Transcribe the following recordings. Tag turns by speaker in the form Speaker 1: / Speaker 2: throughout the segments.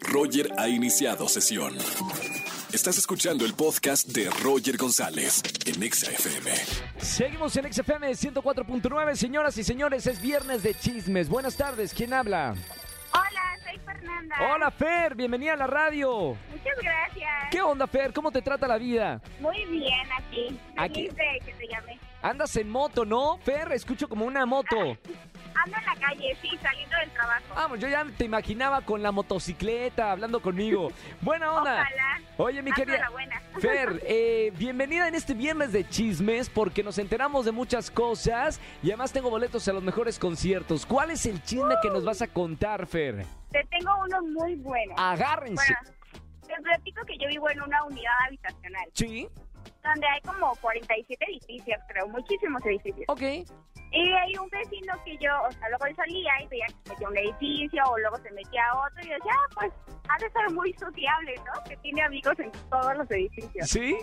Speaker 1: Roger ha iniciado sesión. Estás escuchando el podcast de Roger González en Exa FM.
Speaker 2: Seguimos en XFM 104.9, señoras y señores, es viernes de chismes. Buenas tardes, ¿quién habla?
Speaker 3: Hola, soy Fernanda.
Speaker 2: Hola Fer, bienvenida a la radio.
Speaker 3: Muchas gracias.
Speaker 2: ¿Qué onda Fer? ¿Cómo te trata la vida?
Speaker 3: Muy bien aquí. Feliz
Speaker 2: Aquí.
Speaker 3: de que te llame.
Speaker 2: Andas en moto, ¿no? Fer, escucho como una moto.
Speaker 3: Ando en la calle, sí, saliendo del trabajo.
Speaker 2: Vamos, yo ya te imaginaba con la motocicleta hablando conmigo. Buena onda.
Speaker 3: Ojalá.
Speaker 2: Oye, mi
Speaker 3: Hazme
Speaker 2: querida.
Speaker 3: la buena.
Speaker 2: Fer, eh, bienvenida en este viernes de chismes porque nos enteramos de muchas cosas y además tengo boletos a los mejores conciertos. ¿Cuál es el chisme que nos vas a contar, Fer?
Speaker 3: Te tengo uno muy bueno.
Speaker 2: Ah, Agárrense.
Speaker 3: Bueno, te platico que yo vivo en una unidad habitacional
Speaker 2: Sí,
Speaker 3: donde hay como 47 edificios, creo, muchísimos edificios.
Speaker 2: ok.
Speaker 3: Y hay un vecino que yo, o sea, luego él salía y veía que se metía a un edificio o luego se metía a otro y yo decía, ah, pues ha de ser muy sociable, ¿no? Que tiene amigos en todos los edificios.
Speaker 2: ¿Sí?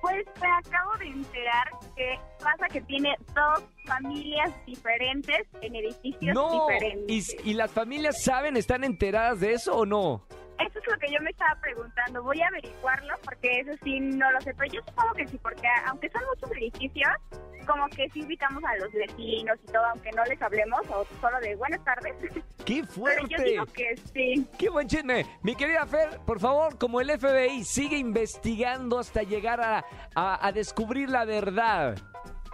Speaker 3: Pues me acabo de enterar que pasa que tiene dos familias diferentes en edificios
Speaker 2: No. ¿Y,
Speaker 3: diferentes.
Speaker 2: y las familias saben, están enteradas de eso o no?
Speaker 3: Eso es lo que yo me estaba preguntando. Voy a averiguarlo porque eso sí no lo sé. Pero yo supongo que sí, porque aunque son muchos edificios, como que sí invitamos a los vecinos y todo, aunque no les hablemos o solo de buenas tardes.
Speaker 2: ¡Qué
Speaker 3: Pero yo
Speaker 2: fuerte!
Speaker 3: digo que sí.
Speaker 2: ¡Qué buen chisme! Mi querida Fer, por favor, como el FBI, sigue investigando hasta llegar a, a- a descubrir la verdad.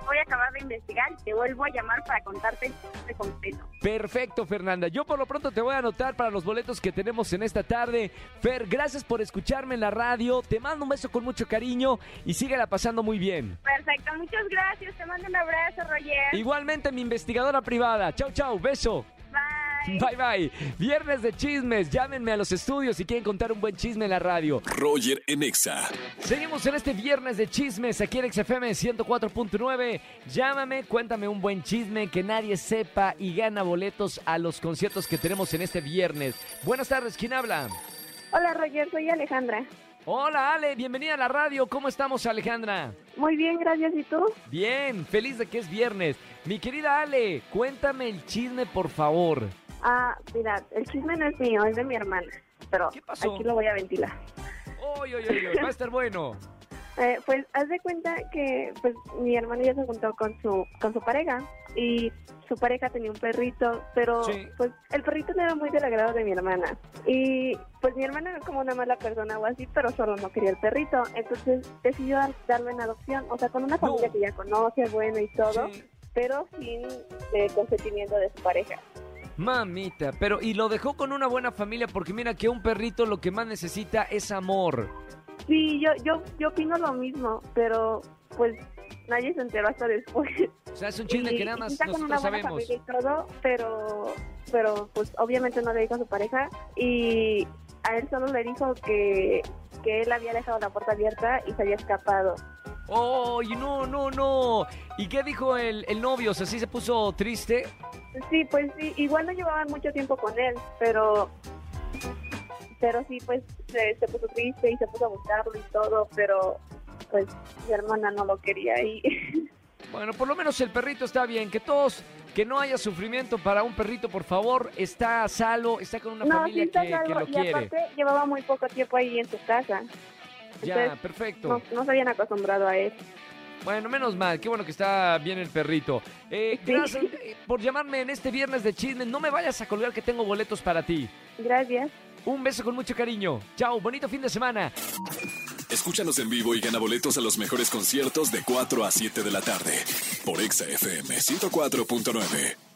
Speaker 3: Voy a acabar de investigar y te vuelvo a llamar para contarte el chisme completo.
Speaker 2: Perfecto, Fernanda. Yo por lo pronto te voy a anotar para los boletos que tenemos en esta tarde. Fer, gracias por escucharme en la radio. Te mando un beso con mucho cariño y síguela pasando muy bien.
Speaker 3: Perfecto, muchas gracias. Te mando un abrazo, Roger.
Speaker 2: Igualmente, mi investigadora privada. Chau, chau, beso.
Speaker 3: Bye.
Speaker 2: Bye, bye. Viernes de chismes. Llámenme a los estudios si quieren contar un buen chisme en la radio.
Speaker 1: Roger en Exa.
Speaker 2: Seguimos en este viernes de chismes aquí en XFM 104.9. Llámame, cuéntame un buen chisme que nadie sepa y gana boletos a los conciertos que tenemos en este viernes. Buenas tardes, ¿quién habla?
Speaker 4: Hola Roger, soy Alejandra.
Speaker 2: Hola Ale, bienvenida a la radio. ¿Cómo estamos Alejandra?
Speaker 4: Muy bien, gracias. ¿Y tú?
Speaker 2: Bien, feliz de que es viernes. Mi querida Ale, cuéntame el chisme por favor.
Speaker 4: Ah, mira, el chisme no es mío, es de mi hermana, pero
Speaker 2: ¿Qué pasó?
Speaker 4: aquí lo voy a ventilar.
Speaker 2: Oy, oy, oy, oy, va a estar bueno.
Speaker 4: Eh, pues haz de cuenta que pues mi hermana ya se juntó con su con su pareja y su pareja tenía un perrito, pero
Speaker 2: Sí.
Speaker 4: pues el perrito no era muy del agrado de mi hermana y pues mi hermana era como una mala persona o así, pero solo no quería el perrito, entonces decidió dar- darlo en adopción, o sea, con una familia
Speaker 2: No.
Speaker 4: que ya conoce, buena y todo,
Speaker 2: Sí.
Speaker 4: pero sin eh, consentimiento de su pareja.
Speaker 2: Mamita, pero y lo dejó con una buena familia porque mira que un perrito lo que más necesita es amor.
Speaker 4: Sí, yo, yo, yo opino lo mismo, pero pues nadie se enteró hasta después.
Speaker 2: O sea, es un chisme
Speaker 4: Y-
Speaker 2: que nada
Speaker 4: y
Speaker 2: más
Speaker 4: está con una
Speaker 2: nosotros
Speaker 4: buena
Speaker 2: sabemos.
Speaker 4: familia y todo, pero, pero pues obviamente no le dijo a su pareja y a él solo le dijo que, que él había dejado la puerta abierta y se había escapado.
Speaker 2: ¡Oy, no, no, no! ¿Y qué dijo el, el novio? O sea, ¿sí se puso triste?
Speaker 4: Sí, pues sí, igual no llevaban mucho tiempo con él, pero pero sí, pues se, se puso triste y se puso a buscarlo y todo, pero pues mi hermana no lo quería y
Speaker 2: Bueno, por lo menos el perrito está bien. Que todos, que no haya sufrimiento para un perrito, por favor. Está a salvo, está con una
Speaker 4: No, sí
Speaker 2: familia
Speaker 4: está
Speaker 2: que, que
Speaker 4: salvo,
Speaker 2: lo
Speaker 4: y
Speaker 2: quiere.
Speaker 4: aparte llevaba muy poco tiempo ahí en su casa.
Speaker 2: Ya,
Speaker 4: ustedes
Speaker 2: perfecto.
Speaker 4: No, no se habían acostumbrado a eso.
Speaker 2: Bueno, menos mal. Qué bueno que está bien el perrito. Eh,
Speaker 4: Sí.
Speaker 2: gracias eh, por llamarme en este viernes de chisme. No me vayas a colgar que tengo boletos para ti.
Speaker 4: Gracias.
Speaker 2: Un beso con mucho cariño. Chao, bonito fin de semana.
Speaker 1: Escúchanos en vivo y gana boletos a los mejores conciertos de 4 a 7 de la tarde por Exa FM 104.9.